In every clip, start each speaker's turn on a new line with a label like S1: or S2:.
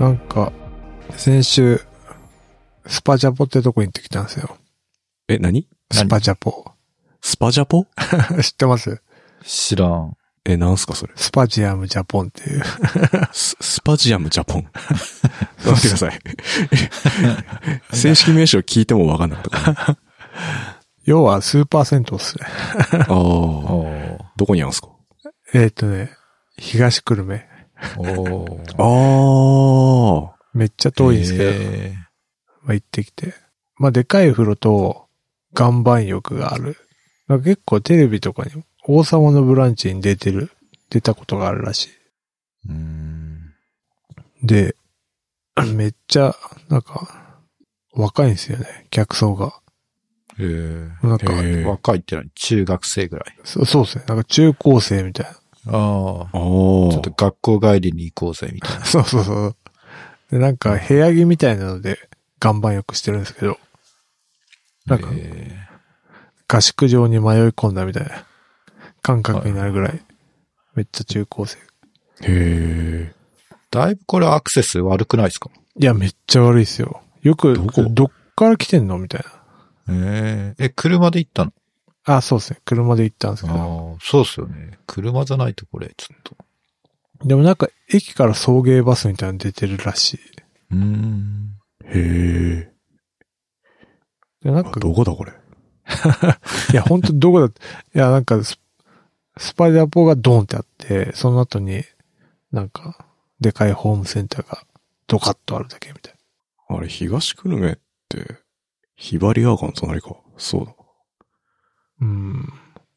S1: なんか、先週、スパジャポってとこに行ってきたんですよ。
S2: え、何
S1: スパジャポ。
S2: スパジャポ
S1: 知ってます
S3: 知らん。
S2: え、なんすかそれ。
S1: スパジアムジャポンっていう。
S2: ス、スパジアムジャポン。 待ってください。 正式名称聞いてもわかんなかったからね。
S1: 要はスーパー銭湯っすね。
S2: ああ。
S3: おー
S2: どこにあるんすか
S1: えっ、とね、東久留米。
S3: おー
S2: ああ。
S1: めっちゃ遠いんですけど、
S3: え
S1: まあ、行ってきて。まあ、でかい風呂と、岩盤浴がある。まあ結構テレビとかにも、王様のブランチに出てる、出たことがあるらしい。
S3: ーうーん。
S1: で、めっちゃ、なんか、若いんですよね、客層が。
S3: えー
S1: なんか、
S2: へえ
S3: 若いってのは中学生ぐらい。
S1: そそうですね、なんか中高生みたい
S3: ああ。
S2: ああ。
S3: ちょっと学校帰りに行こうぜ、みたいな。
S1: な。 そうそうそう。で、なんか部屋着みたいなので、岩盤浴してるんですけど、なんか
S3: え
S1: 合宿場に迷い込んだみたいな感覚になるぐらい、めっちゃ中高生。
S2: へえ。
S3: ーだいぶこれアクセス悪くないですか
S1: いや、めっちゃ悪いですよ。よく、
S2: どこ
S1: どっから来てんのみたい
S3: えええ、車で行ったの
S1: な。あ、そうですね。車で行ったんですけど。
S3: ああ、そうっすよね。車じゃないとこれ、ちょっと。
S1: でもなんか、駅から送迎バスみたいなの出てるらし
S3: うーん。
S2: へえ。
S1: い。で、なん
S2: あ
S1: か、
S2: どこだこれ。
S1: いや、本当どこだって、いや、なんかス、スパイダーポーがドンってあって、その後に、なんか、でかいホームセンターがドカッとあるだけみたい
S2: あれ、東久留米って、ひばりアーガの隣か。そうだ。
S1: な。うん。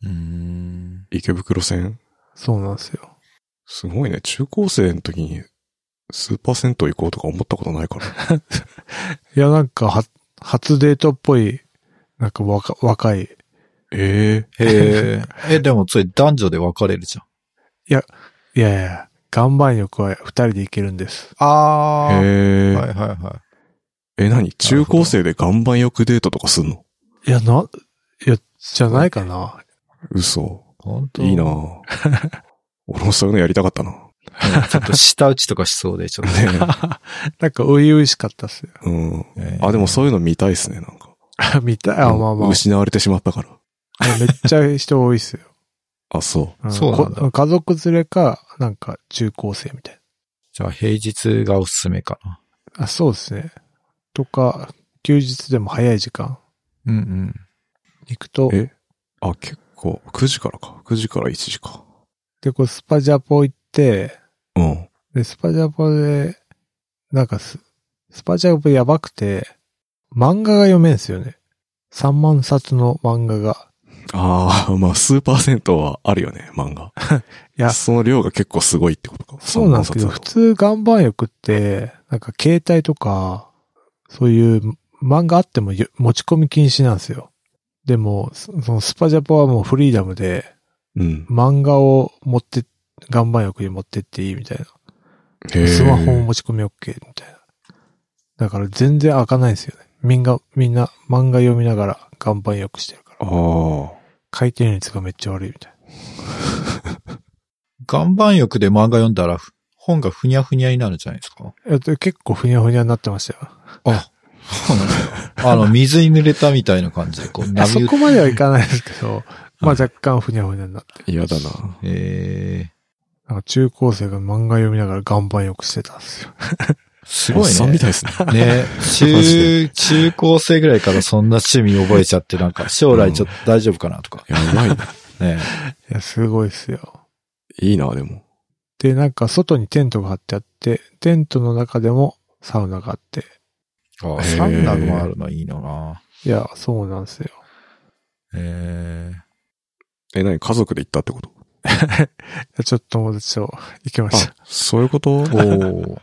S3: うーん。
S2: 池袋線
S1: そうなんですよ。
S2: すごいね。中高生の時に、スーパー銭湯行こうとか思ったことないから。
S1: いや、なんか、は、初デートっぽい、なんか若、若い、
S2: ええ。
S3: へえ。え、でも、それ男女で分かれるじゃん。
S1: いやいやいや、岩盤浴は二人で行けるんです。
S3: あ
S2: へえ。
S3: はいはいは
S2: え、何中高生で岩盤浴デートとかすんの
S1: いや、な、いや、じゃないかな。
S2: 嘘。
S3: い。本当
S2: いいなぁ俺もそういうのやりたかったな。
S3: うんちょっと舌打ちとかしそうで、ちょっとね。
S1: なんか、初々しかったっすよ。
S2: うん。
S3: えー
S2: あ、でもそういうの見たいっすね、なんか。
S1: 見たい。あ、まあまあ。
S2: 失われてしまったから。
S1: めっちゃ人多いっすよ。
S2: あ、そ
S1: ん
S3: そうなんだ
S1: こ家族連れか、なんか、中高生みたい
S3: じゃあ平日がおすすめかな。
S1: な。あ、そうですね。とか、休日でも早い時間
S3: うんうん。
S1: 行くと
S2: う。、えあ、結構、9時からか。9時から1時か。
S1: で、こう、スパジャポ行って、
S2: うん。
S1: で、スパジャポで、なんかス、スパジャポやばくて、漫画が読めんすよね。3万冊の漫画が。
S2: ああ、まあ、スーパー銭湯はあるよね、漫画。
S1: いや
S2: その量が結構すごいってことか。
S1: そうなんですけど、
S2: 3
S1: 普通岩盤浴って、なんか携帯とか、そういう漫画あってもよ持ち込み禁止なんですよ。でも、そそのスパジャパはもうフリーダムで、
S2: うん。
S1: 漫画を持って、岩盤浴に持ってっていいみたいな。
S2: へー
S1: スマホも持ち込み OK みたいな。だから全然開かないんですよね。みんな、みんな漫画読みながら岩盤浴してるから。
S2: あ
S1: 回転率がめっちゃ悪いみたい
S3: 岩盤浴で漫画読んだらふ本がふにゃふにゃになるじゃないですか。
S1: な。えっと、結構ふにゃふにゃになってましたよ。
S3: あ、そうなんだよ。あの、水に濡れたみたいな感じで、こう、
S1: いやそ
S3: 波打
S1: こまではいかないですけど、 まあ若干ふにゃふにゃになって。
S2: あ、嫌だな。
S3: えー、
S1: なんか中高生が漫画読みながら岩盤浴してたんですよ。
S3: すご
S2: おっ
S3: い
S2: さん
S3: ね
S2: み。た いですね。
S3: ね、
S2: マジ
S3: 中、中高生ぐらいからそんな趣味覚えちゃって、なんか、将来ちょっと大丈夫かなとか。
S2: やばいな。
S3: ね。
S1: いや、すごいっすよ。
S2: いいな、でも。
S1: で、なんか外にテントが張ってあって、テントの中でもサウナがあって。
S3: あ
S2: ー
S3: サウナもあるのいいのない
S1: や、そうなんですよ。
S3: えー
S2: え、何家族で行ったってこと
S1: いやちょっと友達と行きまし
S2: あ
S1: た。、
S2: そういうこと
S3: おー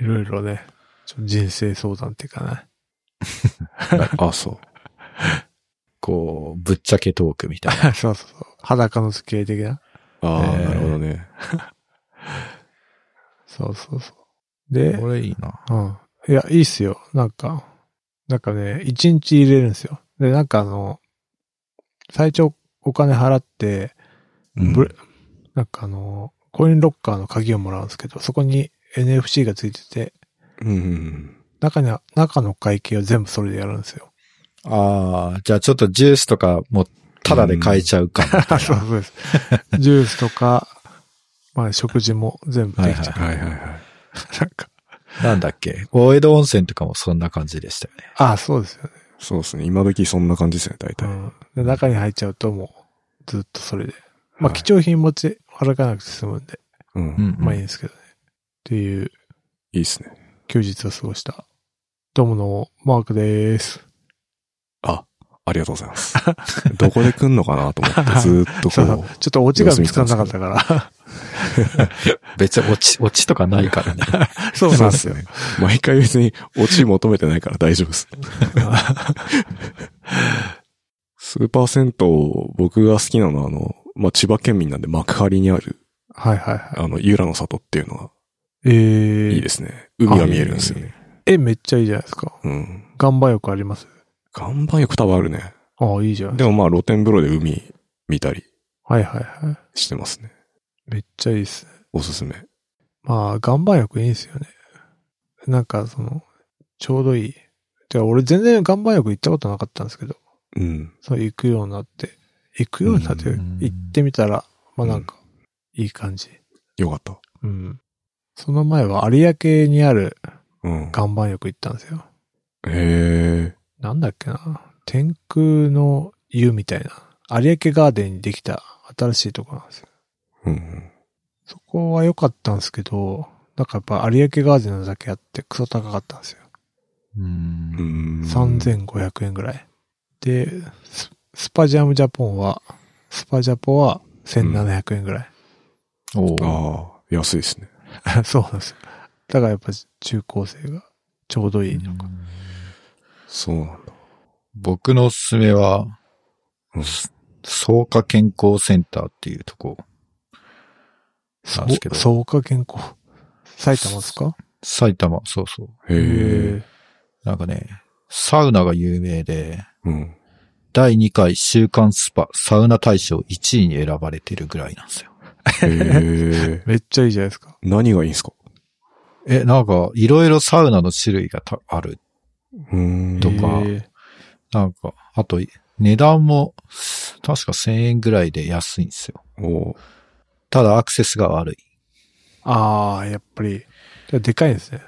S1: いろいろね、ちょっと人生相談っていうかな。
S2: あ、そう。
S3: こう、ぶっちゃけトークみた いな。
S1: そうそうそう。裸の付き合い的な。
S2: ああ、
S3: えー
S2: なるほどね。
S1: そうそうそう。で、
S3: これいいな。
S1: うん。いや、いいっすよ。なんか、なんかね、一日入れるんですよ。で、なんかあの、最初お金払って、
S2: うん
S1: ブレなんかあの、コインロッカーの鍵をもらうんですけど、そこに NFC がついてて、
S2: うん。
S1: 中には、中の会計を全部それでやるんですよ。
S3: ああ、じゃあちょっとジュースとかもタダで買えちゃうか。
S1: あそうそうです。ジュースとか、まあ食事も全部できちゃう。
S2: はいはいはい。
S1: なんか、
S3: なんだっけ大江戸温泉とかもそんな感じでしたよね。
S1: ああ、そうですよね。
S2: そうですね。今時そんな感じですね、大
S1: う
S2: 体。
S1: ん。で中に入っちゃうともう、ずっとそれで。まあ、
S2: はい
S1: 貴重品持ち歩かなくて済むんで、
S2: うん。
S3: うん、
S1: まあいいんですけどね。っていう
S2: いいっすね。
S1: 休日を過ごした。どうものマークです。
S2: あ、ありがとうございます。 どこで来んのかなと思って、ずーっ と
S1: そう
S2: こ。
S1: ちょっとオチが見つからなかったから。
S3: 別に落ち、落ちとかないからね。
S1: そううなんですよ
S2: そう。ですね毎回別にオチ求めてないから大丈夫です。スーパー銭湯、僕が好きなのは、あの、まあ、千葉県民なんで幕張にある、
S1: はいはいは
S2: あの、ゆらの里っていうのが
S1: い。え
S2: いい
S1: ー
S2: で、すね。海が見えるんですよね。
S1: え、めっちゃいいじゃないですか。
S2: うん。
S1: 岩盤浴あります
S2: 岩盤浴多分あるね。
S1: ああ、いいじゃない
S2: でもまあ露天風呂で海見たり
S1: はいはいはい。
S2: してますね。
S1: めっちゃいいっすね。
S2: おすすめ。
S1: まあ、岩盤浴いいんすよね。なんか、その、ちょうどいい。てか、俺全然岩盤浴行ったことなかったんですけど、
S2: うん。
S1: そう行くようになって、行くようになって、
S3: うん
S1: 行ってみたら、まあなんか、いい感じ。
S2: よかった。
S1: うん。その前は有明にある
S2: うん。
S1: 岩盤浴行ったんですよ。
S2: へえ。
S1: なんだっけな。天空の湯みたいな。有明ガーデンにできた新しいとこなんですよ。
S2: うん。
S1: そこは良かったんですけど、なんかやっぱ有明ガーデンのだけあってクソ高かったんですよ。
S3: うん
S2: うん。
S1: 3500円ぐらい。で、ススパジアムジャポンは、スパジャポは1700円ぐらい。
S3: おー
S2: ああ、安いですね。
S1: そうなんですよ。だからやっぱ中高生がちょうどいいのか。
S2: そうなんだ。
S3: 僕のおすすめは
S2: うん、
S3: 草加健康センターっていうとこ。なんですけど
S1: そうか健康。埼玉ですか
S3: 埼玉、そうそう。
S2: へえ。
S3: なんかね、サウナが有名で、
S2: うん。
S3: 第2回週刊スパサウナ大賞1位に選ばれてるぐらいなんですよ。
S2: へえ。
S1: めっちゃいいじゃないですか。
S2: 何がいいんすか
S3: え、なんか、いろいろサウナの種類がたある。
S2: うーん。
S3: どとか
S1: へえ
S3: なんか、あと、値段も、確か1000円ぐらいで安いんですよ。
S2: おう
S3: ただアクセスが悪い。
S1: ああ、やっぱり、でかいですね。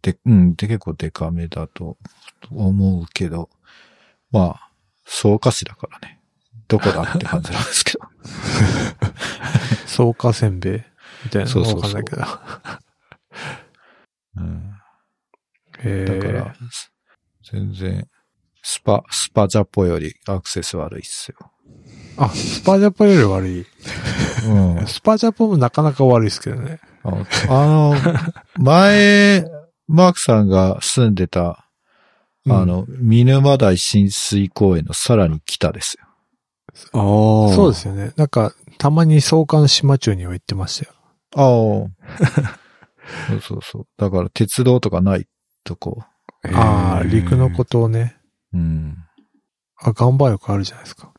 S3: で、うん、で、結構デカめだと思うけど、まあ、草加市だからね。どこだって感じなんですけど。
S1: 草加せんべいみたいな
S3: そ
S1: の
S3: うそう
S1: わ
S3: そう
S1: かんないけど。
S3: うん、
S1: へ
S3: だ
S1: ー
S3: から、全然、スパ、スパジャポよりアクセス悪いっすよ。
S1: あ、スパジャポより悪い。
S3: うん。あ
S1: スパジャポもなかなか悪いですけどね。
S3: の、前、マークさんが住んでた、
S1: うん
S3: あの、見沼台浸水公園のさらに北ですよ。
S2: ああ。
S1: そうです
S2: よ。
S1: よね。なんか、たまに相関島中には行ってましたよ。
S3: ああ。そうそうそう。だから鉄道とかないとこ。
S1: ああ、陸の孤島ね。
S3: うん。
S1: あ、岩盤浴あるじゃないですか。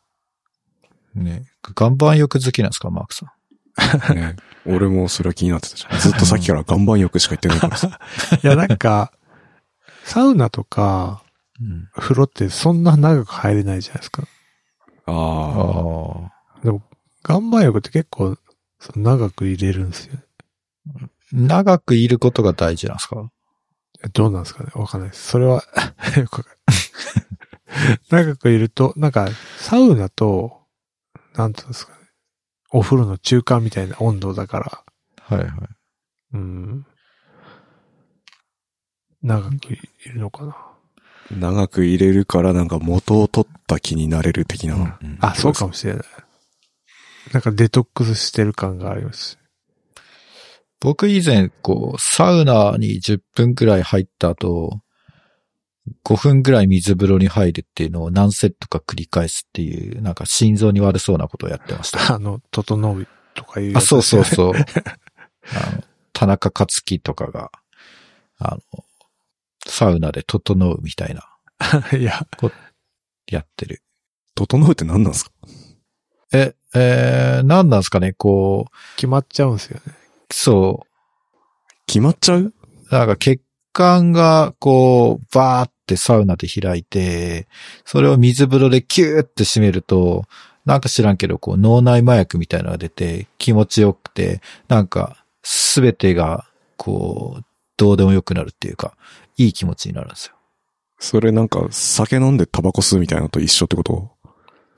S3: ね。岩盤浴好きなんですか、マークさん。
S2: と、ね。俺もそれは気になってたじゃん。ずっとさっきから岩盤浴しか言ってないからさ。
S1: いや、なんか、サウナとか、
S3: うん。
S1: 風呂ってそんな長く入れないじゃないですか。
S2: ああ。
S3: ああ。
S1: 岩盤浴って結構、その長く入れるんですよね。
S3: 長くいることが大事なんですか
S1: えどうなんですかねわかんないです。それは、 よくわか んない長くいると、なんか、サウナと、なんていうんですかね。お風呂の中間みたいな温度だから、
S3: はいはい。
S1: うん。長くいるのかな。
S2: 長く入れるからなんか元を取った気になれる的な。
S1: あ、そうかもしれない。なんかデトックスしてる感があります。
S3: 僕以前、こう、サウナに10分くらい入った後、5分くらい水風呂に入るっていうのを何セットか繰り返すっていう、なんか心臓に悪そうなことをやってました。
S1: あの、整うとかいうやつ
S3: あ、そうそうそう。 あの、田中克樹とかが、あの、サウナで整うみたいな、
S1: いや、
S3: やってる。
S2: 整うって何なんですか
S3: え、えー、何なんですかね、こう、
S1: 決まっちゃうんですよね。
S3: そう、
S2: 決まっちゃう
S3: なんか血管がこう、バーってサウナで開いて、それを水風呂でキューって締めると、なんか知らんけど、こう脳内麻薬みたいなのが出て気持ちよくて、なんかすべてがこう、どうでもよくなるっていうか、いい気持ちになるんですよ。
S2: それなんか、酒飲んでタバコ吸うみたいなのと一緒ってこと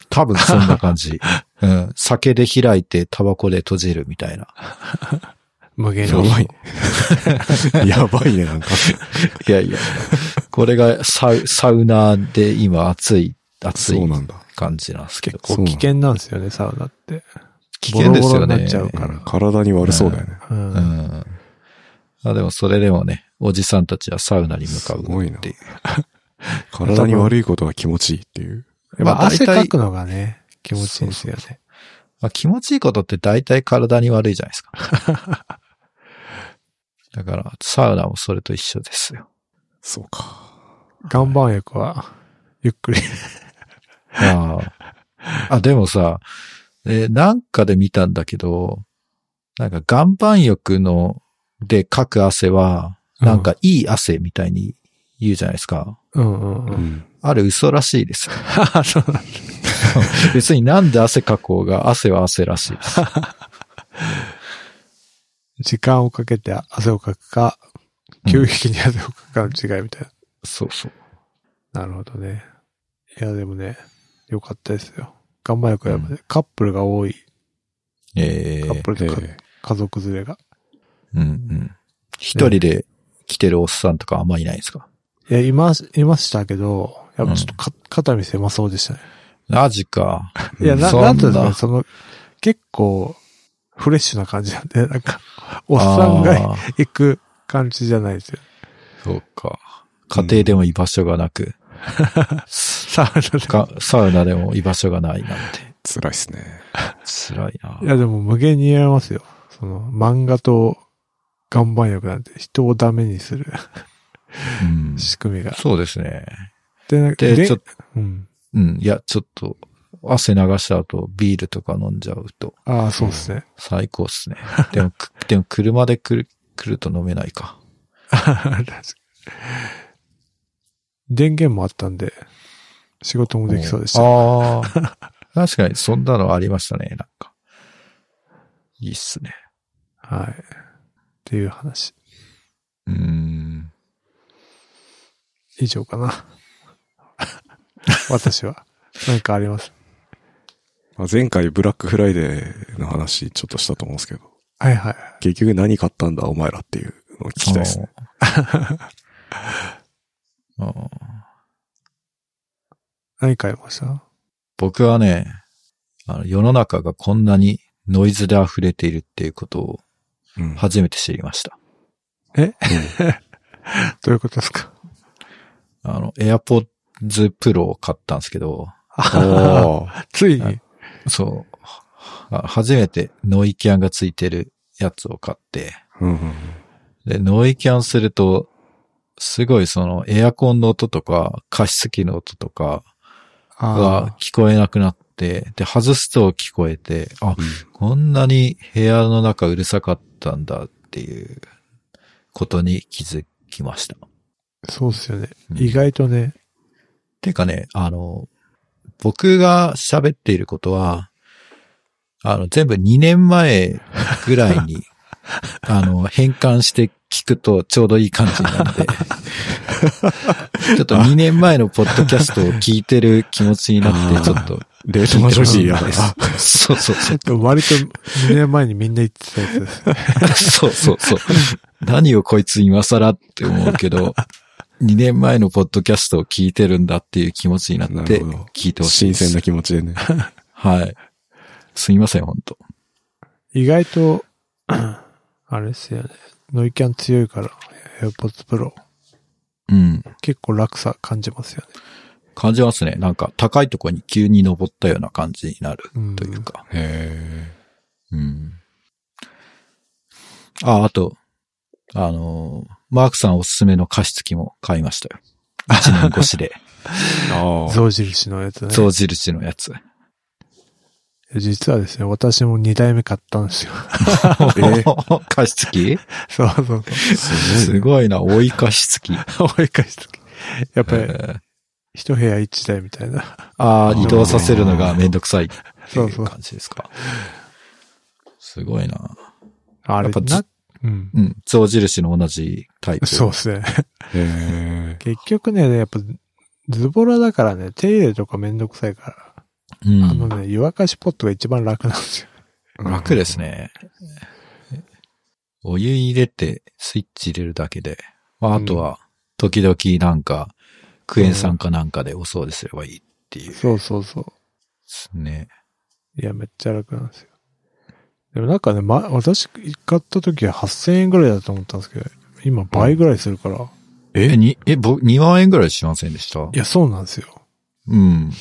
S3: 多分そんな感 じ。うん。酒で開いてタバコで閉じるみたいな。
S1: 無限
S2: や
S1: の。
S2: ばい。やばいね、 なんか。
S3: いやいや。これがサウサウナーで今熱い、熱い
S2: そうなんだ。
S3: 感じなんですけど。
S1: こう危険なんですよね、サウナって。
S3: 危険です
S1: ボ
S3: よ
S1: ロボロに
S3: ね
S1: なっ。ちゃう
S2: う
S1: から
S2: ん体に悪そうだよね。
S1: う。
S3: うんん。あでもそれでもね、おじさんたちはサウナに向か
S2: す
S3: う
S2: ごいな
S3: っていう。
S2: 体に悪いことは気持ちいいっていう。
S1: まあ、汗か
S3: 大体
S1: くのがね、気持ちいいんですよね。
S3: まあ、気持ちいいことって大体体に悪いじゃないですか。 だから、サウナもそれと一緒ですよ。
S2: そうか。
S1: 岩盤浴は、ゆっくり。
S3: ああ。あ、でもさ、え、なんかで見たんだけど、なんか岩盤浴の、でかく汗は、なんかいい汗みたいに言うじゃないですか。
S1: うんうんう。
S2: うんん。
S3: あれ嘘らしいですよ。
S1: あ そうなんだ
S3: 別になんで汗かこうが汗は汗らしい です。
S1: 時間をかけて汗をかくか、急激に汗をかくかの違いみたいな。
S3: そうそう。
S1: なるほどね。いや、でもね、よかったですよ。岩盤浴はやっぱね、カップルが多い。
S3: ええ
S1: カップルとか
S2: え
S1: 家族連れが。
S3: うんうん。一人で来てるおっさんとかあんまいないですか
S1: いや、います、いましたけど、やっぱちょっとか、肩身狭そうでしたね。
S3: マジか。
S1: いや、な、
S3: そん
S1: な
S3: なん
S1: ていうんですかね、その、結構、フレッシュな感じなんで、 なんか、おっさんが
S3: あー
S1: 行く感じじゃないですよ。
S3: そうか。家庭でも居場所がなく、
S1: サウナ で。。
S3: かサウナでも居場所がないなんて。
S2: 辛いっすね。
S3: 辛いない
S1: や、でも無限にやれますよ。その、漫画と岩盤浴なんて人をダメにする
S3: うん
S1: 仕組みが。
S3: そうですね。
S1: で、なんか
S3: で、ちょっと、
S1: うん。
S3: うん、いや、ちょっと、汗流した後、ビールとか飲んじゃうと、
S1: ああ、そうですね。
S3: 最高っすね。 でも、くでも車で来る、来ると飲めないか。
S1: 確かに 電源もあったんで、仕事もできそうでした。
S3: ああ。確かに、そんなのありましたね、なんか。いいっすね。
S1: はい。っていう話。
S3: うーん。
S1: 以上かな。 私は。なんかあります。
S2: まあ前回ブラックフライデーの話ちょっとしたと思うんですけど、
S1: はいはい。
S2: 結局何買ったんだお前らっていうのを聞きたいですね。
S3: あー。あー
S1: 何買いました
S3: 僕はね、あの世の中がこんなにノイズで溢れているっていうことを
S2: うん
S3: 初めて知りました。
S1: どういうことですか
S3: あの、AirPods Pro を買ったんですけど、
S2: おー
S1: ついに。
S3: そう、あ初めてノイキャンがついてるやつを買って、
S2: うんうん
S3: で、ノイキャンすると、すごいそのエアコンの音とか、加湿器の音とかが聞こえなくなって、で、外すと聞こえて、あ、こんなに部屋の中うるさかったんだっていうことに気づきました。
S1: そうですよね。
S3: うん
S1: 意外とね。
S3: てかね、あの、僕が喋っていることは、あの、全部2年前ぐらいに、あの、変換して聞くとちょうどいい感じになって、ちょっと2年前のポッドキャストを聞いてる気持ちになって、ちょっと。
S2: レートマジョリティだ
S3: 聞いてほしいです。そうそうそう。
S1: でも割と2年前にみんな言ってたやつです。
S3: そうそうそう。何をこいつ今更って思うけど、2年前のポッドキャストを聞いてるんだっていう気持ちにな
S2: な
S3: って
S2: るほど、
S3: 聞いてほし
S2: 新
S3: いです。
S2: 鮮な気持ちでね。
S3: はい。すいません、本当
S1: 意外と、 あれですよね。ノイキャン強いから、AirPods Pro。
S3: うん。
S1: 結構落差感じますよね。
S3: 感じますね。なんか、高いところに急に登ったような感じになる
S1: うん
S3: というか。
S2: へ
S3: うん。あ、あと、あのーマークさんおすすめの加湿器も買いましたよ。1年越しで、
S2: ーああ。
S1: 象印のやつね。
S3: 象印のやつ。
S1: 実はですね、私も2台目買ったんですよ。
S2: え
S3: 加湿器
S1: そうそうそう。
S2: すご
S3: す
S2: い。
S3: ごいな、追い加湿器。
S1: 思い返すとき。やっぱり、
S3: えー
S1: 一部屋一台みたいな。
S3: ああ、移動させるのがめんどくさいってい
S1: そうそうう
S3: 感じですか。すごいな。
S1: あれ
S3: やっぱず
S1: な、うん。
S3: うん。象印の同じタイプ。
S1: そうですね。
S2: へえ
S1: 結局ね、やっぱ、ズボラだからね、手入れとかめんどくさいから。
S3: うん。
S1: あのね、湯沸かしポットが一番楽なんですよ。
S3: 楽ですね。お湯入れて、スイッチ入れるだけで。まあ、あ
S1: うん
S3: とは、時々なんか、クエン酸かなんかでお掃除すればいいっていうで
S1: そうそうそう。
S3: すね。
S1: いや、めっちゃ楽なんですよ。でもなんかね、ま、私買った時は8000円ぐらいだと思ったんですけど、今倍ぐらいするから。
S3: え、に、え、ぼ、2万円ぐらいしませんでした
S1: いや、そうなんですよ。
S3: うん。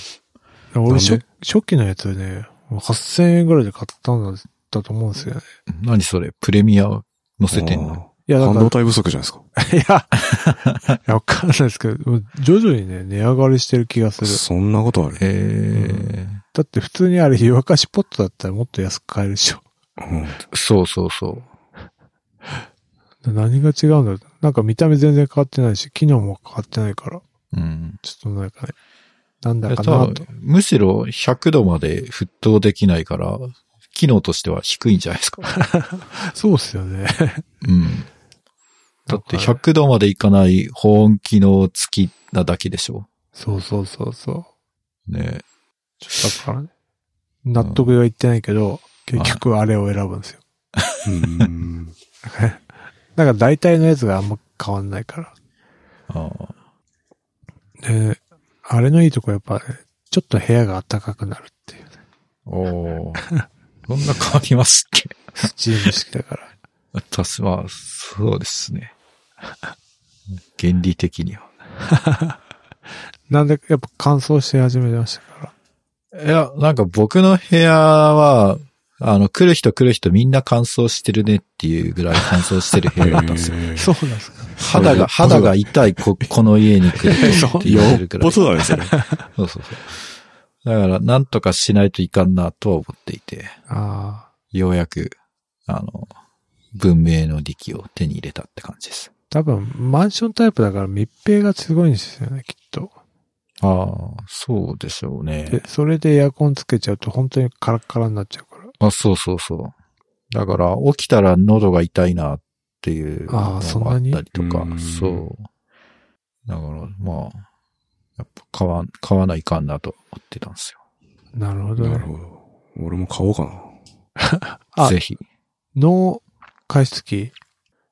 S1: 俺
S2: なん
S1: 初、初期のやつね、8000円ぐらいで買ったんだったと思うんですよね。
S3: 何それプレミア乗せてんの
S1: いや、
S2: あー
S1: だ
S2: 半
S1: から
S2: 導、体不足じゃないですか。
S1: いや、いやわかんないですけど、でも徐々にね、値上がりしてる気がする。
S2: そんなことある。
S3: えー
S1: だって普通にあれ、湯沸かしポットだったらもっと安く買えるでしょ。
S2: うん
S3: そうそうそう。
S1: 何が違うんだろう。なんか見た目全然変わってないし、機能も変わってないから、
S3: うん。
S1: ちょっとなんかね、なんだか
S3: いや
S1: な
S3: 多
S1: と。
S3: 分むしろ100度まで沸騰できないから、機能としては低いんじゃないですか。
S1: そうっすよ ね。
S3: うん。
S1: な
S3: だって
S1: んかね
S3: 100度までいかない保温機能付きなだけでしょ。
S1: そうそうそうそう。
S3: ね
S1: ちょっとだからね。納得がいってないけど、結局あれを選ぶんですよ。
S2: うん。
S1: なんか大体のやつがあんま変わんないか
S3: あ
S1: ら。
S3: あ
S1: で、あれのいいとこやっぱね、ちょっと部屋が暖かくなるっていうね。
S3: おお。 そんな変わりますっけ
S1: スチーム式だから。
S3: 私は、そうですね。 原理的には。
S1: なんで、やっぱ乾燥して始めましたから。
S3: いや、なんか僕の部屋は、あの、来る人来る人みんな乾燥してるねっていうぐらい乾燥してる部屋だったんですよ。
S2: へえ
S1: そうなんですか。
S3: 肌が、肌が痛いこ、この家に来るとって言われるぐら
S2: ボ
S3: い。
S2: ツ
S3: そ
S2: だ
S3: う
S2: ね、それ。
S3: そうそう。だから、なんとかしないといかんなとは思っていて、
S1: ああ。
S3: ようやく、あの、文明の利器を手に入れたって感じです。
S1: 多分、マンションタイプだから密閉がすごいんですよね、きっと。
S3: ああ、そうでしょうね
S1: で。、それでエアコンつけちゃうと本当にカラッカラになっちゃうから。
S3: あ、そうそうそう。だから、起きたら喉が痛いなっていうの
S1: あ
S3: が
S1: あ
S3: あっ
S1: そんな
S3: た
S1: に
S3: りとか
S2: う、ん
S3: そう。だから、まあ、やっぱ買わん、買わないかんなと思ってたんです
S1: なるほど
S2: な
S1: ね
S2: る。ほど。俺も買おうかな。
S3: よ。
S1: あ
S3: ぜひ。
S1: 脳加湿器
S2: い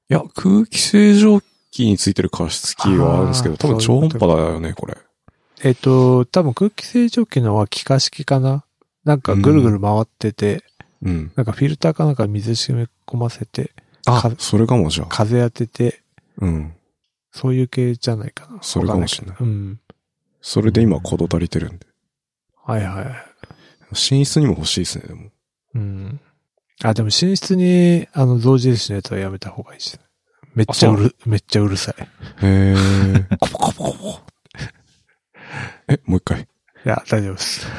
S2: や、空気清浄機についてる加湿器はあるんですけ
S1: あ
S2: ど、
S1: ー
S2: 多分超音波だよね、これ。
S1: えっと、多分空気清浄機のは気化式かななんかぐるぐる回ってて、
S2: うん。
S1: なんかフィルターかなんか水染め込ませて、か
S2: それかも、じゃあ。
S1: 風当てて、
S2: うん。
S1: そういう系じゃないかな。
S2: それかもしれない
S1: わかんない
S2: それで今、こど足りてるんで。
S1: けどうん。はいはい。
S2: 寝室にも欲しいですね、でも。
S1: うん。あ、でも寝室に、あの、象印のやつはやめた方がいいし。めっちゃうる、めっちゃうるさい。
S2: へえ。コポコポコポ。え、もう一回。
S1: いや、大丈夫です。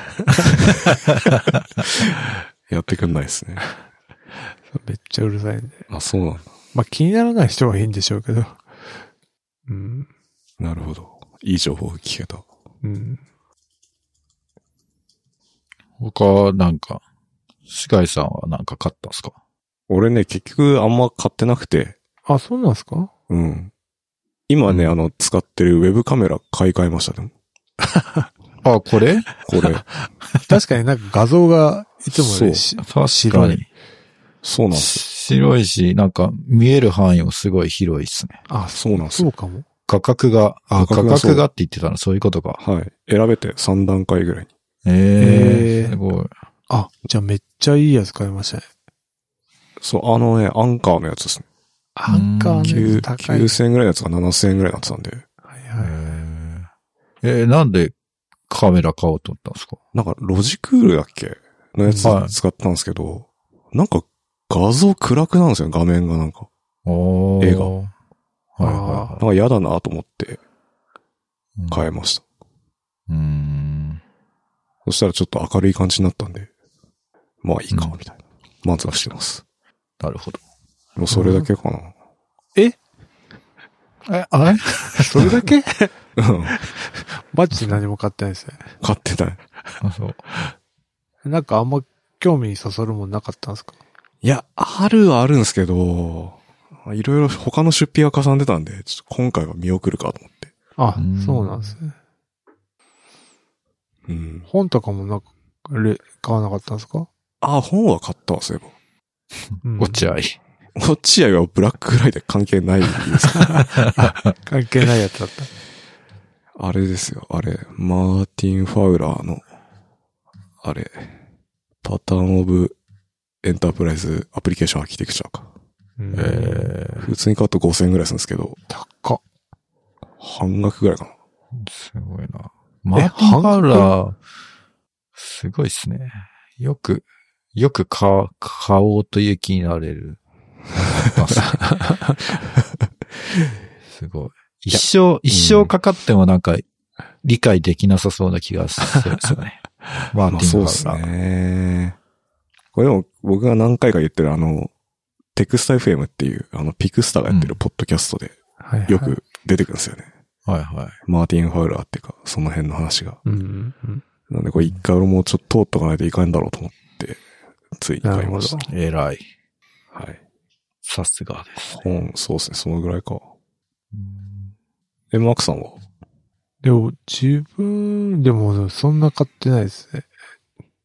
S2: やってくんないですね。
S1: めっちゃうるさいんで。
S2: あ、そうなんだ。
S1: まあ、気にならない人はいいんでしょうけど。うん。
S2: なるほど。いい情報が聞けた。
S1: うん。
S3: 他、なんか、スカイさんはなんか買ったんですか
S2: 俺ね、結局あんま買ってなくて。
S1: あ、そうなんです か
S2: うん。今ね、
S3: うん
S2: あの、使ってるウェブカメラ買い替えました、でも。
S3: あ、これ
S2: これ。
S1: 確かになんか画像がいつも
S2: そう
S1: ね、し
S3: 確か
S1: 白
S3: に
S1: い。
S2: そうなんです
S3: 白いし、なんか見える範囲もすごい広いですね。
S1: あ、
S2: そうなんです
S1: そ
S2: よ
S1: うかも。
S3: 画角が、
S2: 画
S3: あ、画
S2: 角がそう
S3: 角がって言ってたの、そういうことか。
S2: よ。はい。選べて3段階ぐらいに。
S3: え
S1: へ
S3: え
S1: ー
S3: すごい。
S1: あ、じゃあめっちゃいいやつ買いましたね。
S2: そう、あのね、アンカーのやつですね。
S1: アンカーの
S2: 9
S1: やつ高い。
S2: 9000円ぐらいのやつが7000円ぐらいになってたんで、
S1: はい
S3: え
S1: はい。
S3: ーえーなんでカメラ買おうと思ったんですか
S2: なんかロジクールだっけのやつ
S3: はい
S2: 使ったんですけど、なんか画像暗くなんですよ、画面がなんか。
S3: おー
S2: 映画
S3: はい
S2: なん
S3: は
S2: か嫌だなと思って
S3: いはい。
S2: 変
S3: え。
S2: えました。
S3: うーん。
S2: そしたらちょっと明るい感じになったんで、まあいいか
S3: う、ん
S2: みたいな。満足はしてます。
S3: なるほど。
S2: もうそれだけかな。
S3: え、あれ
S1: それだ け
S2: うん。
S1: バッチ何も買ってないですね。
S2: 買ってない。
S3: あ そう。
S1: なんかあんま興味そそるもんなかったんですか
S2: いや、あるはあるんですけど、いろいろ他の出費がかさんでたんで、ちょっと今回は見送るかと思って。
S1: あ
S3: うん、
S1: そうなんですね。
S2: うん。
S1: 本とかもなんか、れ買わなかったんですか
S2: あ、本は買ったわ、そういえば。
S1: うん
S3: 落合。
S2: 落合はブラックフライデー関係ないですか
S1: 関係ないやつだった。
S2: あれですよ、あれ。マーティン・ファウラーの、あれ、パターン・オブ・エンタープライズ・アプリケーション・アーキテクチャか。
S1: うん
S3: えー、
S2: 普通に買うと5000円ぐらいするんですけど、
S1: 高っ。
S2: 半額ぐらいかな。
S3: すごいな。マーティン・ファウラー、すごいっすね。よく、よく買おう、買おうという気になれる。すごい。一生、一生かかってもなんか、理解できなさそうな気がするですよね。マーテ
S2: まあ
S3: ィン・フ
S2: そう
S3: ァウ
S2: で
S3: ラ
S2: す
S3: ー。
S2: ね。これでも僕が何回か言ってるあの、テクスタ FM っていう、あの、ピクスタがやってるポッドキャストで
S1: はいはい
S2: よ。く出てくるんですよね。
S3: はいはい。
S2: マーティン・ファウラーっていうか、その辺の話が。
S1: うんうん
S2: なんでこれ一回俺もちょっと通っとかないといかんだろうと思って、ついに買いました。
S3: 偉い。
S2: はい。
S3: さすがです。
S2: 本、そうですね、そのぐらいか。え、マークさんは
S1: でも、自分でもそんな買ってないですね。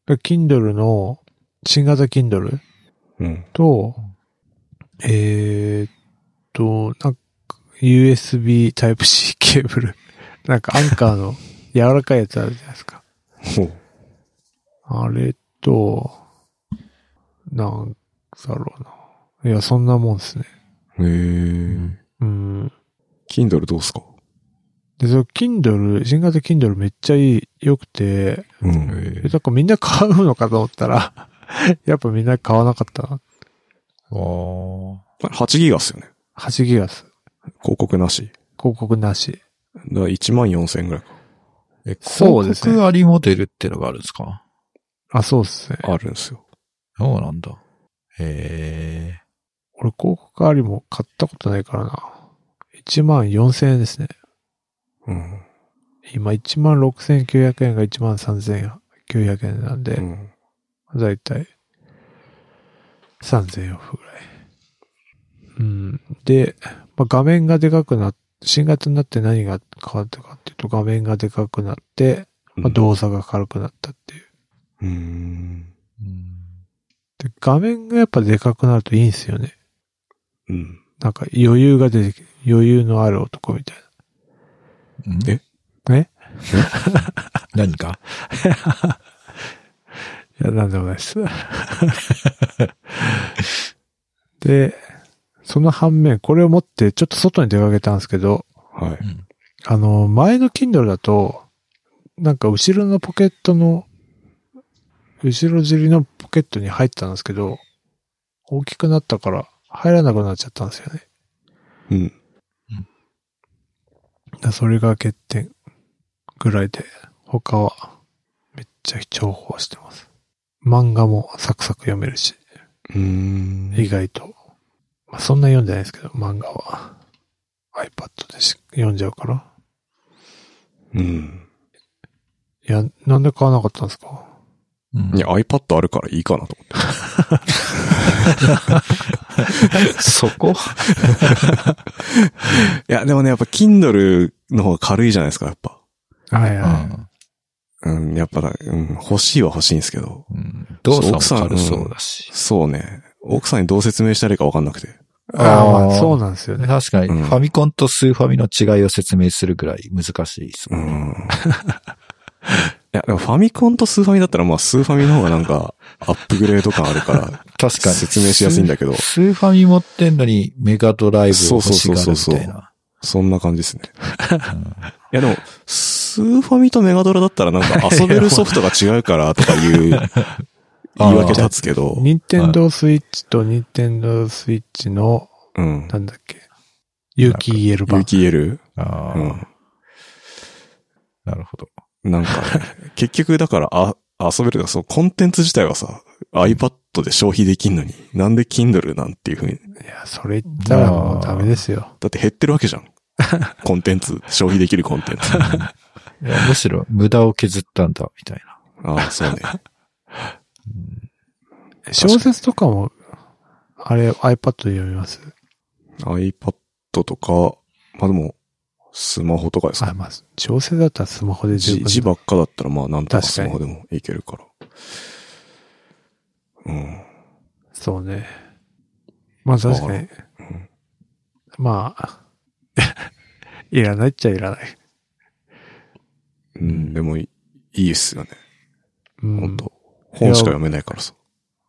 S1: Kindle の、新型 Kindle
S2: うん。
S1: と、えーっと、なんか、USB Type-C ケーブル。 なんか、アンカーの柔らかいやつあるじゃないですか。
S2: ほう。
S1: あれと、なんだろうな。いや、そんなもんですね。
S2: へえ。
S1: うん。
S2: Kindle どうっすか
S1: で、その Kindle、新型 Kindle めっちゃいい、良くて、
S2: うん。
S1: え、だからみんな買うのかと思ったら、 やっぱみんな買わなかったな。
S3: おー
S2: 8ギガっすよね。
S1: 8ギガス。
S2: 広告なし。
S1: 広告なし。
S2: だから1万4000円ぐらいか。
S3: え、
S1: そうで
S3: 広
S1: すね
S3: 告ありモデルってのがあるんですか
S1: あ、そうっすね。
S2: あるんですよ。
S3: そうなんだ。へ
S1: 俺広告ありも買ったことないからな。1万4000円ですね。
S2: うん。
S1: 今1万6900円が1万3900円なんで、
S2: うん。
S1: だいたい3000オフぐらい。うん。で、まあ、画面がでかくなっ新型になって何が変わったかっていうと画面がでかくなって、まあ、動作が軽くなったっていう。
S2: うーん。
S3: え。
S1: で、画面がやっぱでかくなるといいんすよね。
S2: うん。
S1: なんか余裕が出てき余裕のある男みたい
S3: うん
S2: え
S1: な。ね
S3: 何か
S1: いや、なんでもないです。 で、その反面、これを持ってちょっと外に出かけたんですけど、
S2: はい。
S1: あの、前の Kindle だと、なんか後ろのポケットの、後ろ尻のポケットに入ってたんですけど、大きくなったから入らなくなっちゃったんですよね。
S2: うん。
S1: だそれが欠点ぐらいで、他はめっちゃ重宝してます。漫画もサクサク読めるし、
S2: うーん
S1: 意外と。まあ、そんな読んでないですけど、漫画は iPad でし読んじゃうから。
S2: うん。
S1: いや、なんで買わなかったんですか
S3: うん
S2: いや、iPad あるからいいかなと思って。
S3: そこ
S2: いや、でもね、やっぱ Kindle の方が軽いじゃないですか、やっぱ。
S1: はいは
S2: うん、やっぱだ、うん、欲しいは欲しいんですけど。
S3: うん動作も軽そうだし。
S2: そうね。奥さんにどう説明したらいいかわかんなくて。
S1: い。ああ、ま
S3: あー
S1: あ、そうなんですよね。
S3: 確かに、
S2: うん
S3: ファミコンとスーファミの違いを説明するぐらい難しいです
S2: う
S3: もんね。
S2: ん。いや、でもファミコンとスーファミだったら、まあ、スーファミの方がなんか、アップグレード感あるから、
S3: 確かに。
S2: 説明しやすいんだけど
S3: スーファミ持ってんのにメガドライブを欲しがるみ
S2: そうそうそうそ
S3: たいう
S2: そ
S3: な。
S2: そんな感じですね。いや、でも、スーファミとメガドラだったらなん か遊べるソフトが違うからとかいう言い訳立つけど、
S1: ニンテンドースイッチとニンテンドースイッチの、
S2: うん。
S1: なんだっけ、有機 EL 版
S2: 有。機 EL?
S3: あ
S2: う
S3: あ、
S2: ん。
S3: なるほど。
S2: なんかね、結局だから、あ、遊べるとか、そう、コンテンツ自体はさ、 iPad で消費できんのに、なんで Kindle なんていうふうに。
S1: いや、それ言ったらもうダメですよ。
S2: だって減ってるわけじゃん。コンテンツ、消費できるコンテンツ。 あ
S3: いやむしろ無駄を削ったんだ、みたいな。
S2: あ、そうね。
S1: 小説とかも、あれ iPad で読みます
S2: iPad とか、まあでも、スマホとかです
S1: あ、
S2: か。
S1: まあ、小説だったらスマホで十
S2: 字
S1: 分。
S2: 字ばっかだったら、まあなんとか
S1: 確
S2: ス
S1: かに
S2: マホでもいけるから。うん。
S1: そうね。まあ確かに
S2: うん。
S1: まあ、 いらないっちゃいらない。
S2: うん、でもいいいっすよね。
S1: うん
S2: 本当本しか読めないからさ。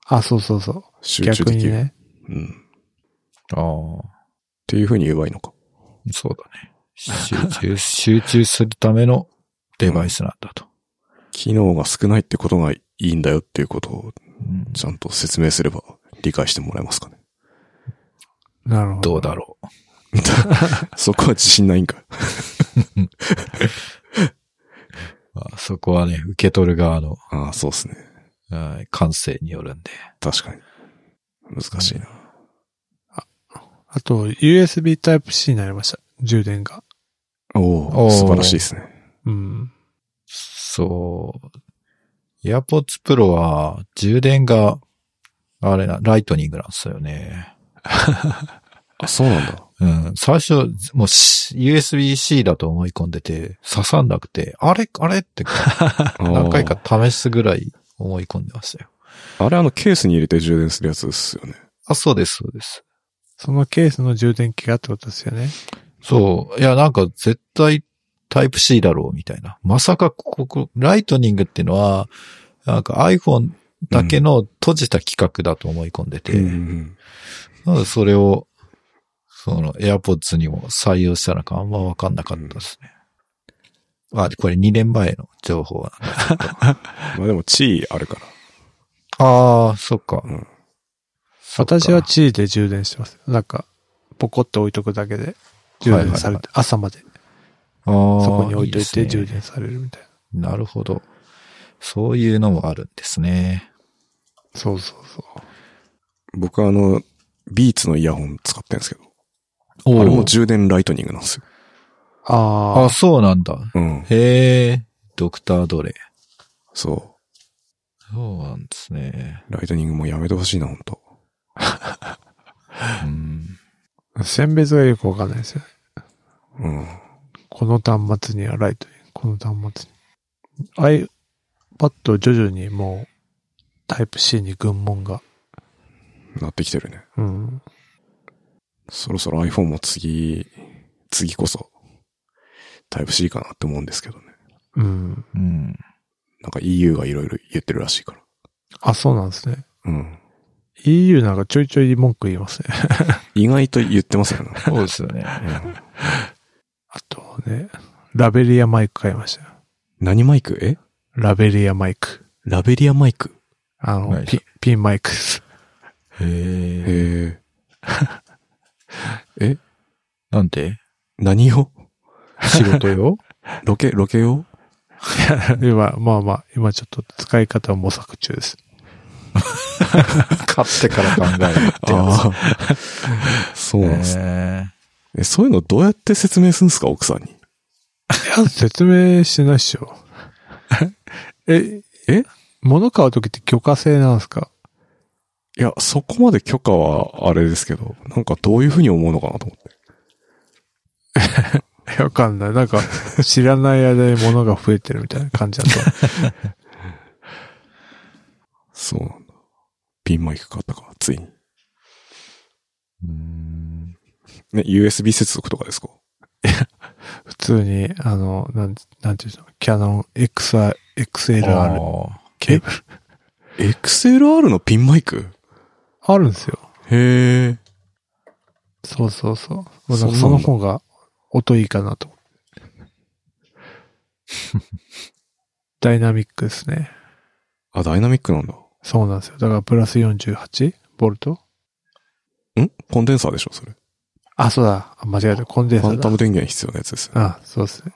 S1: あ、そうそうそう。
S2: 集中
S1: 逆
S2: で
S1: に
S2: きる。
S1: ね。
S2: うん。っ
S3: ああ。
S2: ていうふうに言えばいいのか。
S3: そうだね。集中、 集中するためのデバイスなんだと。
S2: 機能が少ないってことがいいんだよっていうことを
S3: うん
S2: ちゃんと説明すれば理解してもらえますかね。
S1: なるほど。
S3: どうだろう。
S2: そこは自信ないんか。
S3: まあ、そこはね、受け取る側の
S2: ああ、そうっすね。
S3: うん感性によるんで。
S2: 確かに。難しいな。
S1: あと、USB Type-C になりました。充電が。
S2: おお
S3: おー
S2: 素晴らしいですね。
S1: うん。
S3: そう。AirPods Pro は充電が、あれな、ライトニングなんですよね。
S2: あ、そうなんだ。
S3: うん。最初、もうし USB-C だと思い込んでて、刺さんなくて、あれあれって何回か試すぐらい思い込んでましたよ。
S2: あー。あれあのケースに入れて充電するやつですよね。
S3: あ、そうです、そうです。
S1: そのケースの充電器がってことですよね。
S3: そう。いや、なんか絶対タイプ C だろうみたいな。まさかここ、ライトニングっていうのは、なんか iPhone だけの閉じた規格だと思い込んでて、
S2: うん。
S3: なのでそれを、その AirPods にも採用したのかあんまわかんなかったですね。あ、これ2年前の情報は。
S2: まあでも地位あるから。
S3: ああ、そっか。
S2: うん
S3: そっか
S1: 私は地位で充電してます。なんか、ポコって置いとくだけで、充電されて、
S3: はいはいはい
S1: 朝まで、
S3: あ
S1: そ
S3: ー
S1: こに置いといて
S3: いですね
S1: 充電されるみたいな。
S3: なるほど。そういうのもあるんですね。
S1: そうそうそう。
S2: 僕はあの、ビーツのイヤホン使ってるんですけど。
S3: お
S2: あれも充電ライトニングなんですよ。
S1: あ
S3: あ、
S1: あ、
S3: そうなんだ。
S2: うん。
S3: へえ、ドクターどれ
S2: そ
S3: そうなんですね。
S2: う。ライトニングもやめてほしいな、本当
S3: うん。
S1: 選別がよくわかんないですよね。
S2: うん。
S1: この端末にはライトニングこの端末に。iPad 徐々にもう、タイプ C に群門が。
S2: なってきてるね。
S1: うん。
S2: そろそろ iPhone も次、次こそ、タイプ C かなって思うんですけどね。
S1: うん。
S3: うん。
S2: なんか EU がいろいろ言ってるらしいから。
S1: あ、そうなんですね。
S2: うん。
S1: EU なんかちょいちょい文句言いますね。
S2: 意外と言ってますよね。
S3: そうですよね。
S2: うん
S1: あとね、ラベリアマイク買いましたよ。
S2: 何マイクえ
S1: ラベリアマイク。
S2: ラベリアマイク
S1: あの、
S3: 何
S1: ピンピンマイクです。
S3: へえ。
S2: へえ。え
S3: なんで
S2: 何用
S3: 仕事よ
S2: ロケ、ロケ用
S1: 今、まあまあ、今ちょっと使い方を模索中です。
S3: 買ってから考えるってや
S2: ああ。 そう
S3: つ。
S2: なんですね。
S3: へ
S2: えそういうのどうやって説明するんですか奥さんに。
S1: いや、説明してないっし ょ。え、え物買うときって許可制なんですか
S2: いや、そこまで許可はあれですけど、なんかどういうふうに思うのかなと思って。
S1: い やわかんない。なんか、知らない間に物が増えてるみたいな感じだ と。
S2: そうなんだ。ピンマイク買ったか、ついに。
S3: ーうん
S2: ね、USB 接続とかですか
S1: 普通に、あの、なん、なんていうの、キャノン XR、XLR
S3: あ
S1: ケーブル。
S2: ?XLR のピンマイク
S1: あるんですよ。
S2: へえ。
S1: そうそうそう。もう
S2: そ
S1: なか
S2: うんなんだ
S1: その方が音いいかな と思って。ダイナミックですね。
S2: あ、ダイナミックなんだ。
S1: そうなんですよ。だからプラス 48V? ボルト
S2: んコンデンサーでしょそれ。
S1: あ、そうだ。あ間違えた。コンデン
S2: フ
S1: サー
S2: ァンタ
S1: だ
S2: ム。電源必要なやつですよね。
S1: あ、そうですね。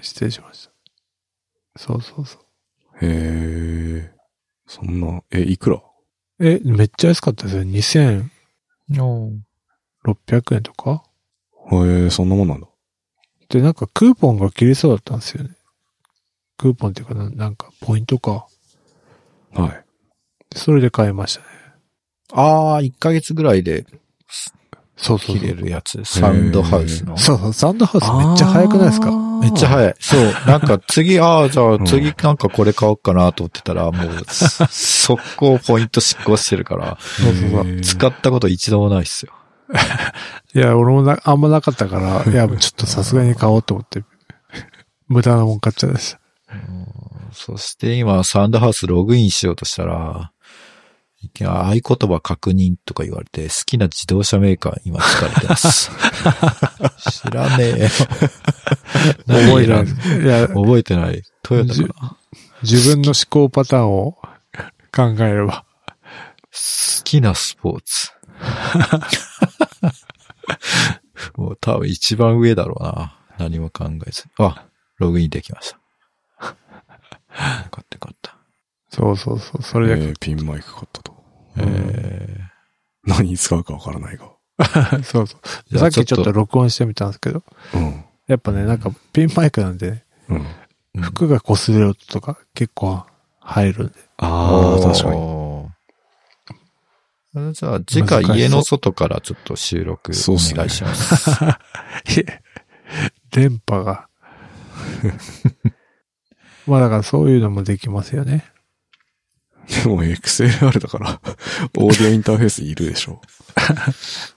S1: 失礼しました。そうそうそう。
S2: へえ。そんな、え、いくら
S1: え、めっちゃ安かったですよ。2600
S3: お
S1: 円とか
S2: へえそんなもんなんだ。
S1: で、なんかクーポンが切れそうだったんですよね。クーポンっていうかな、なんかポイントか。
S2: はい。
S1: でそれで買いましたね。
S3: ああ、1ヶ月ぐらいで
S1: そうそうそ
S3: 切
S1: う
S3: れ。るやつ。サウンドハウスの。
S1: そうそう、サウンドハウスめっちゃ早くないですか
S3: めっちゃ
S2: い。
S3: 早い。そう。なんか次、ああ、じゃあ
S2: ん
S3: 次なんかこれ買おうかなと思ってたら、もう、そ速攻ポイント執行してるから、
S1: そうそうそう
S2: へー
S3: 使ったこと一度もないっすよ。
S1: いや、俺もな、あんまなかったから、 いや、ちょっとさすがに買おうと思って、 無駄なもん買っちゃいました。
S3: そして今、サウンドハウスログインしようとしたら、いきなり合言葉確認とか言われて、好きな自動車メーカー今聞かれてます。 知らねえよ。
S1: 覚えない
S3: 何
S1: で
S3: 選んだ
S1: す。いや、
S3: 覚えてない。トヨタかな。
S1: 自分の思考パターンを考えれば。
S3: 好きなスポーツ。 もう多分一番上だろうな。何も考えずに。あ、ログインできま した。よかったよかった。
S1: そうそうそう、そ
S2: え
S1: れで、
S2: ーピンマイク買ったと。
S3: え
S2: 何に使うかわからないが。
S1: そうそ
S3: ー
S1: う。さっきちょっ
S3: じゃ
S1: と
S3: あ
S1: 録音してみたんですけど、
S2: うん。
S1: やっぱね、なんかピンマイクなんでね、
S2: うん。
S1: 服が擦れる音とか結構入るんで。
S2: ああ、
S3: おー
S2: 確かに。。
S3: じゃあ、次回
S1: 難しそう
S3: 家の外からちょっと収録
S2: そう
S3: お
S2: っすね
S3: 願いし ます。
S1: いえ電波が。 まあだからそういうのもできますよね。
S2: でも XLR だから、 オーディオインターフェースいるでしょ。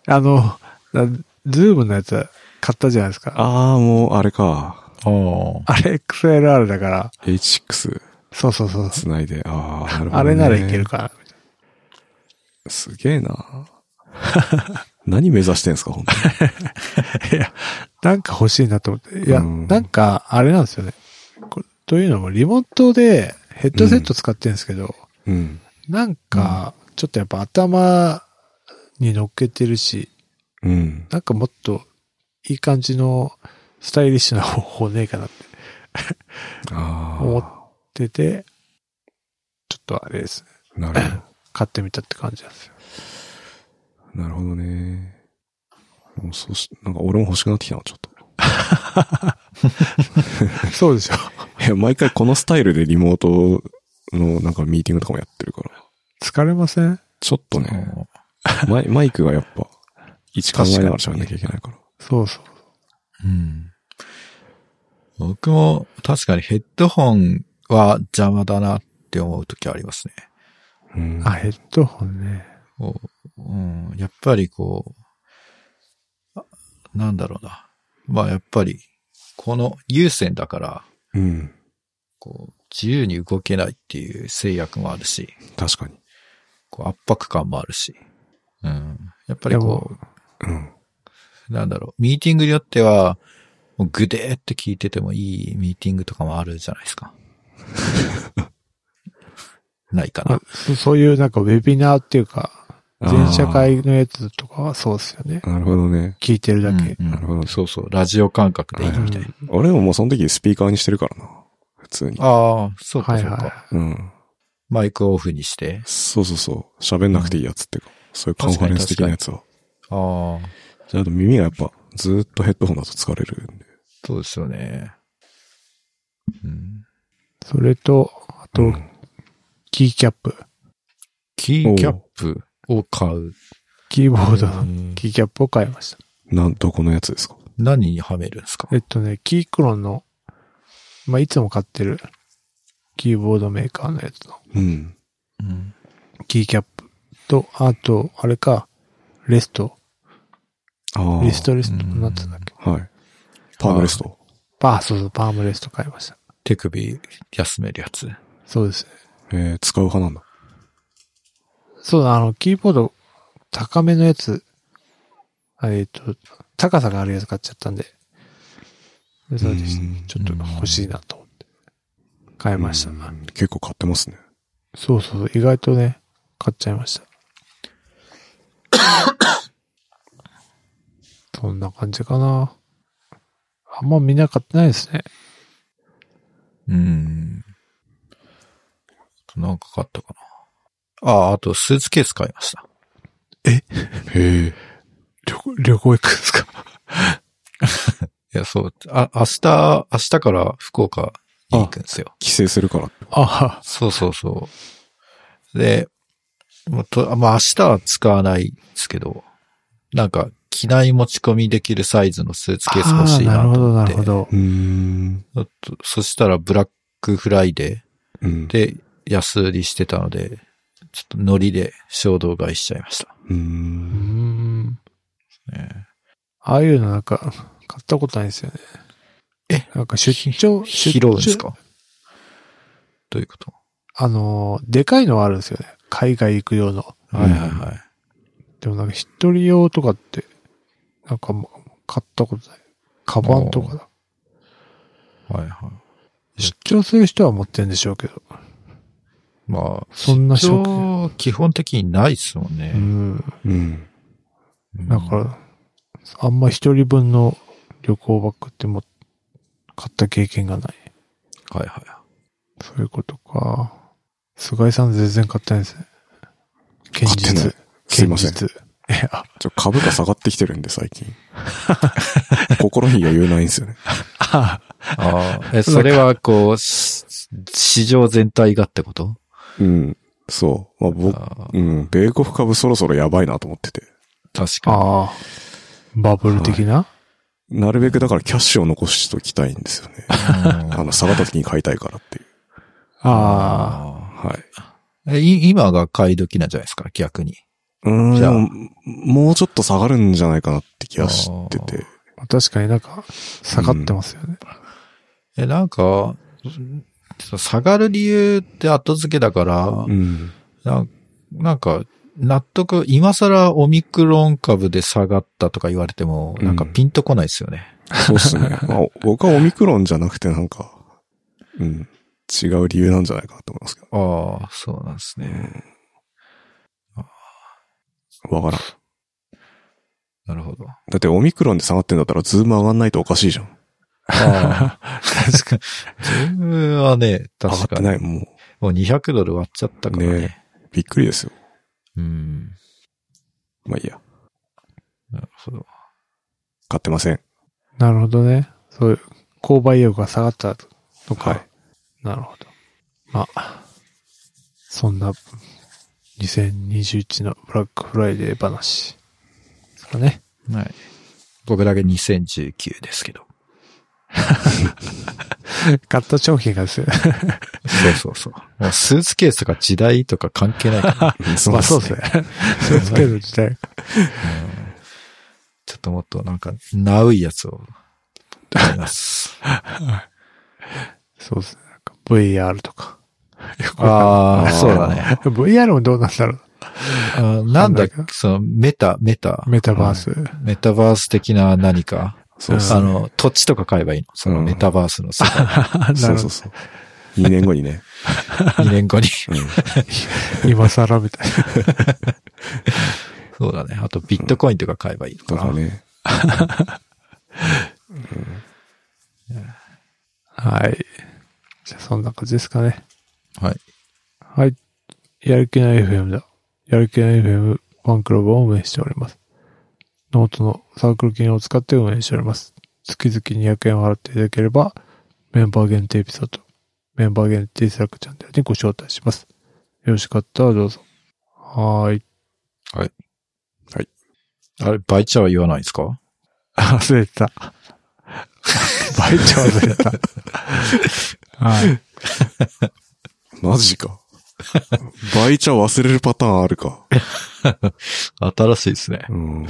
S1: あの、だズームのやつ買ったじゃないですか。
S2: ああ、もう、あれか。
S3: あー
S1: あれ XLR だから、
S2: H6
S1: そうそうそう。
S2: 繋いで、ああ、なるほど、ね。
S1: あれならいける。かな。
S2: すげえな。 何目指してんすか、本当に。
S1: なんか欲しいなと思って。いや、
S2: うん
S1: なんか、あれなんですよね。これというのも、リモートでヘッドセット使ってるんですけど、
S2: うん。
S1: なんか、ちょっとやっぱ頭に乗っけてるし、
S2: うん。
S1: なんかもっといい感じのスタイリッシュな方法ねえかなって
S2: あ
S1: 思
S2: あ、
S1: ってて、ちょっとあれですね。
S2: なるほ
S1: 買ってみたって感じなんですよ。
S2: ど。なるほどね。もうそうし、なんか俺も欲しくなってきたな、ちょっと。
S1: そうでしょ。
S2: いや、毎回このスタイルでリモートのなんかミーティングとかもやってるから。
S1: 疲れません
S2: ちょっとね、マイマイクがやっぱ、位置考えながら喋んなきゃいけないから。
S1: そうそう。
S3: うん僕も確かにヘッドホンは邪魔だなって思う時ありますね。
S2: うん
S1: あ、ヘッドホンね。
S3: こううん、やっぱりこう、あなんだろうな。まあやっぱり、この有線だから、
S2: うん。
S3: こう、自由に動けないっていう制約もあるし、
S2: 確かに。
S3: こう圧迫感もあるし、うん、やっぱりこ
S2: うん。
S3: う、なんだろう、ミーティングによっては、もうグデーって聞いててもいいミーティングとかもあるじゃないですか。 ないか
S1: まあ
S3: な。
S1: そそういうなんかウェビナーっていうか、全社会のやつとかはそうですよね。
S2: あー。なるほどね。
S1: 聞いてるだけ。
S3: うんうん
S2: なるほど
S3: そうそう、ラジオ感覚でいいみたいな。
S2: 俺ももうその時スピーカーにしてるからな。普通に。
S3: ああ、そう
S1: は
S3: か
S1: い
S3: そうか。
S1: はい。
S2: うん。
S3: マイクオフにして。
S2: そうそうそう。喋んなくていいやつっていうか、そういうカンファレンス的なやつは。
S3: ああ、
S2: じゃあ、あと耳がやっぱ、ずーっとヘッドホンだと疲れるんで。
S3: そうですよね。うん、
S1: それと、あと、
S2: うん
S1: キーキャップ。
S3: キーキャップを買う。
S1: キーボード
S3: う
S1: の
S3: ん
S1: キーキャップを買いました。
S2: なん、どこのやつですか
S3: 何にはめるんですか
S1: えっとね、キークロンの、まあ、いつも買ってる、キーボードメーカーのやつの、
S2: うん。
S3: うん
S1: キーキャップと、あと、あれか、レスト、
S2: ああ。
S1: リストレスト、
S3: うん
S1: なんつうんだっけ。
S2: はい。パームレスト。
S1: パー、そうそう、パームレスト買いました。
S3: 手首休めるやつ。
S1: そうですね。
S2: えー、使う派なんだ。
S1: そうだ、あの、キーボード、高めのやつ、えっと、高さがあるやつ買っちゃったんで、でそれで
S2: うん
S1: ちょっと欲しいなと思って、買いました。
S2: うん結構買ってますね。
S1: そうそうそう、意外とね、買っちゃいま した。そんな感じかな。あんまみんな買ってないですね。
S3: うん。なんか買ったかな。あ、あとスーツケース買いました。
S2: へえ。
S1: 旅行、旅行行くんですか
S3: いや、そう。あ、明日、明日から福岡に行くんですよ。
S2: 帰省するから。
S1: あ
S3: そうそうそう。で、もうと、まあ明日は使わないですけど、なんか、機内持ち込みできるサイズのスーツ
S1: あ。
S3: ケース欲しいなと思
S1: あーな
S3: っ
S1: る
S3: て
S1: ほ。ど、
S2: うーん。
S3: ちょっとそしたらブラックフライデ
S2: うん
S3: ー。で安売りしてたので、ちょっとノリで衝動買いしちゃいました。
S1: なるほ
S2: うー。
S1: ど。うんん。
S3: ね
S1: ああいうのなんか、買ったことないですよね。
S3: え
S1: なんか出張、
S3: 拾
S1: 出
S3: うん
S1: 張。
S3: ですかどういうこと
S1: あのー、でかいのはあるんですよね。海外行く用の。
S2: うん
S3: はいはいはい。
S1: でもなんか一人用とかって、なんかもう買ったことない。カバンとかだ。
S3: はいはい。
S1: 出張する人は持ってるんでしょうけど。
S3: まあ、
S1: そんな
S3: 一
S1: 職業。
S3: 応基本的にないですもん
S1: う
S3: ね。
S1: ん。
S2: うん。
S1: だから、あんま一人分の旅行バッグっても買った経験がない。
S3: ら。はいはい。
S1: そういうことか。菅井さん全然買ってないですね。堅
S2: 買ってない
S1: 実。
S2: すいません。ち
S1: 堅実。いや、
S2: ょ株価下がってきてるんで、最近。 心に余裕ないんですよね。
S1: あ
S3: ああ、え、それはこう、し市場全体がってこと
S2: うん。そう。まあ、僕、
S3: あ
S2: うん。米国株そろそろやばいなと思ってて。
S3: ー確かに。
S1: あ。バブル的な、
S2: なるべくだからキャッシュを残しときたいんですよね。
S3: うん
S2: あの、下がった時に買いたいからっていう。
S1: ああ。
S2: はい。
S3: えい今が買い時なんじゃないですか、逆に。
S2: うーん。
S3: じ
S2: で
S3: ゃあ
S2: も、もうちょっと下がるんじゃないかなって気がしてて。
S1: 確かになんか、下がってますよね。
S3: え、なんか、そう下がる理由って後付けだから、
S2: うん。
S3: ななんか、納得、今更オミクロン株で下がったとか言われても、
S2: うん
S3: なんかピンとこないですよね。
S2: そうっす ね。まあ、僕はオミクロンじゃなくてなんか、うん。違う理由なんじゃないかなと思いますけど。
S3: ああ、そうなんですね。
S2: わからん。
S3: なるほど。
S2: だってオミクロンで下がってんだったらズーム上がんないとおかしいじゃん。
S3: ああ、 確かに。自分はね、
S2: 上がっ
S3: 確
S2: て
S3: かに。
S2: ない。も
S3: もう200ドル割っちゃったからね。
S2: ねう、びっくりですよ。
S3: うん。
S2: まあいいや。
S3: なるほど。
S2: 買ってません。
S1: なるほどね。そういう、購買意欲が下がったとか。
S2: はい
S1: なるほど。まあ、そんな、2021のブラックフライデー話。ですかね。
S3: はい。僕だけ2019ですけど。
S1: 買った商品がですよ。
S3: そうそうそう。もうスーツケースとか時代とか関係な いから、
S2: そ
S1: まあそうですね。そうですけど、時代。
S3: ちょっともっとなんか、ナウい やつを、買います。
S1: そうですね。なんか VR とか。よくわ
S3: ああ、そうだね。
S1: かんない VR もどうなんだろう。
S3: あーなんだっけ、その、メタ、メタ。
S1: メタバース。
S3: うん。メタバース的な何か。
S2: そうっす
S3: あ
S2: ね。
S3: の、土地とか買えばいいの。その
S2: うん
S3: メタバースの世界。
S1: なるほ
S2: そう
S1: ど
S2: そうそう。2年後にね。
S3: 2年後に。
S2: うん。
S1: 今更みたいな。
S3: そうだね。あと、ビットコインとか買えばいいの
S2: と
S3: か
S2: か
S3: な。
S2: ね。
S1: はい。じゃあ、そんな感じですかね。
S3: はい。
S1: はい。やる気ない FM だ。やる気ない FM ファンクラブを運営しております。ノートのサークル機能を使って運営しております。月々200円を払っていただければ、メンバー限定エピソード、メンバー限定スラックチャンネルにご招待します。よろしかったらどうぞ。はーい。
S3: あれ、バイチャは言わないんですか
S1: 忘れてた。 バイチャ忘れてた。はい。
S2: マ ジか。バイチャ忘れるパターンあるか。
S3: 新しいですね。
S2: うん。
S3: はい。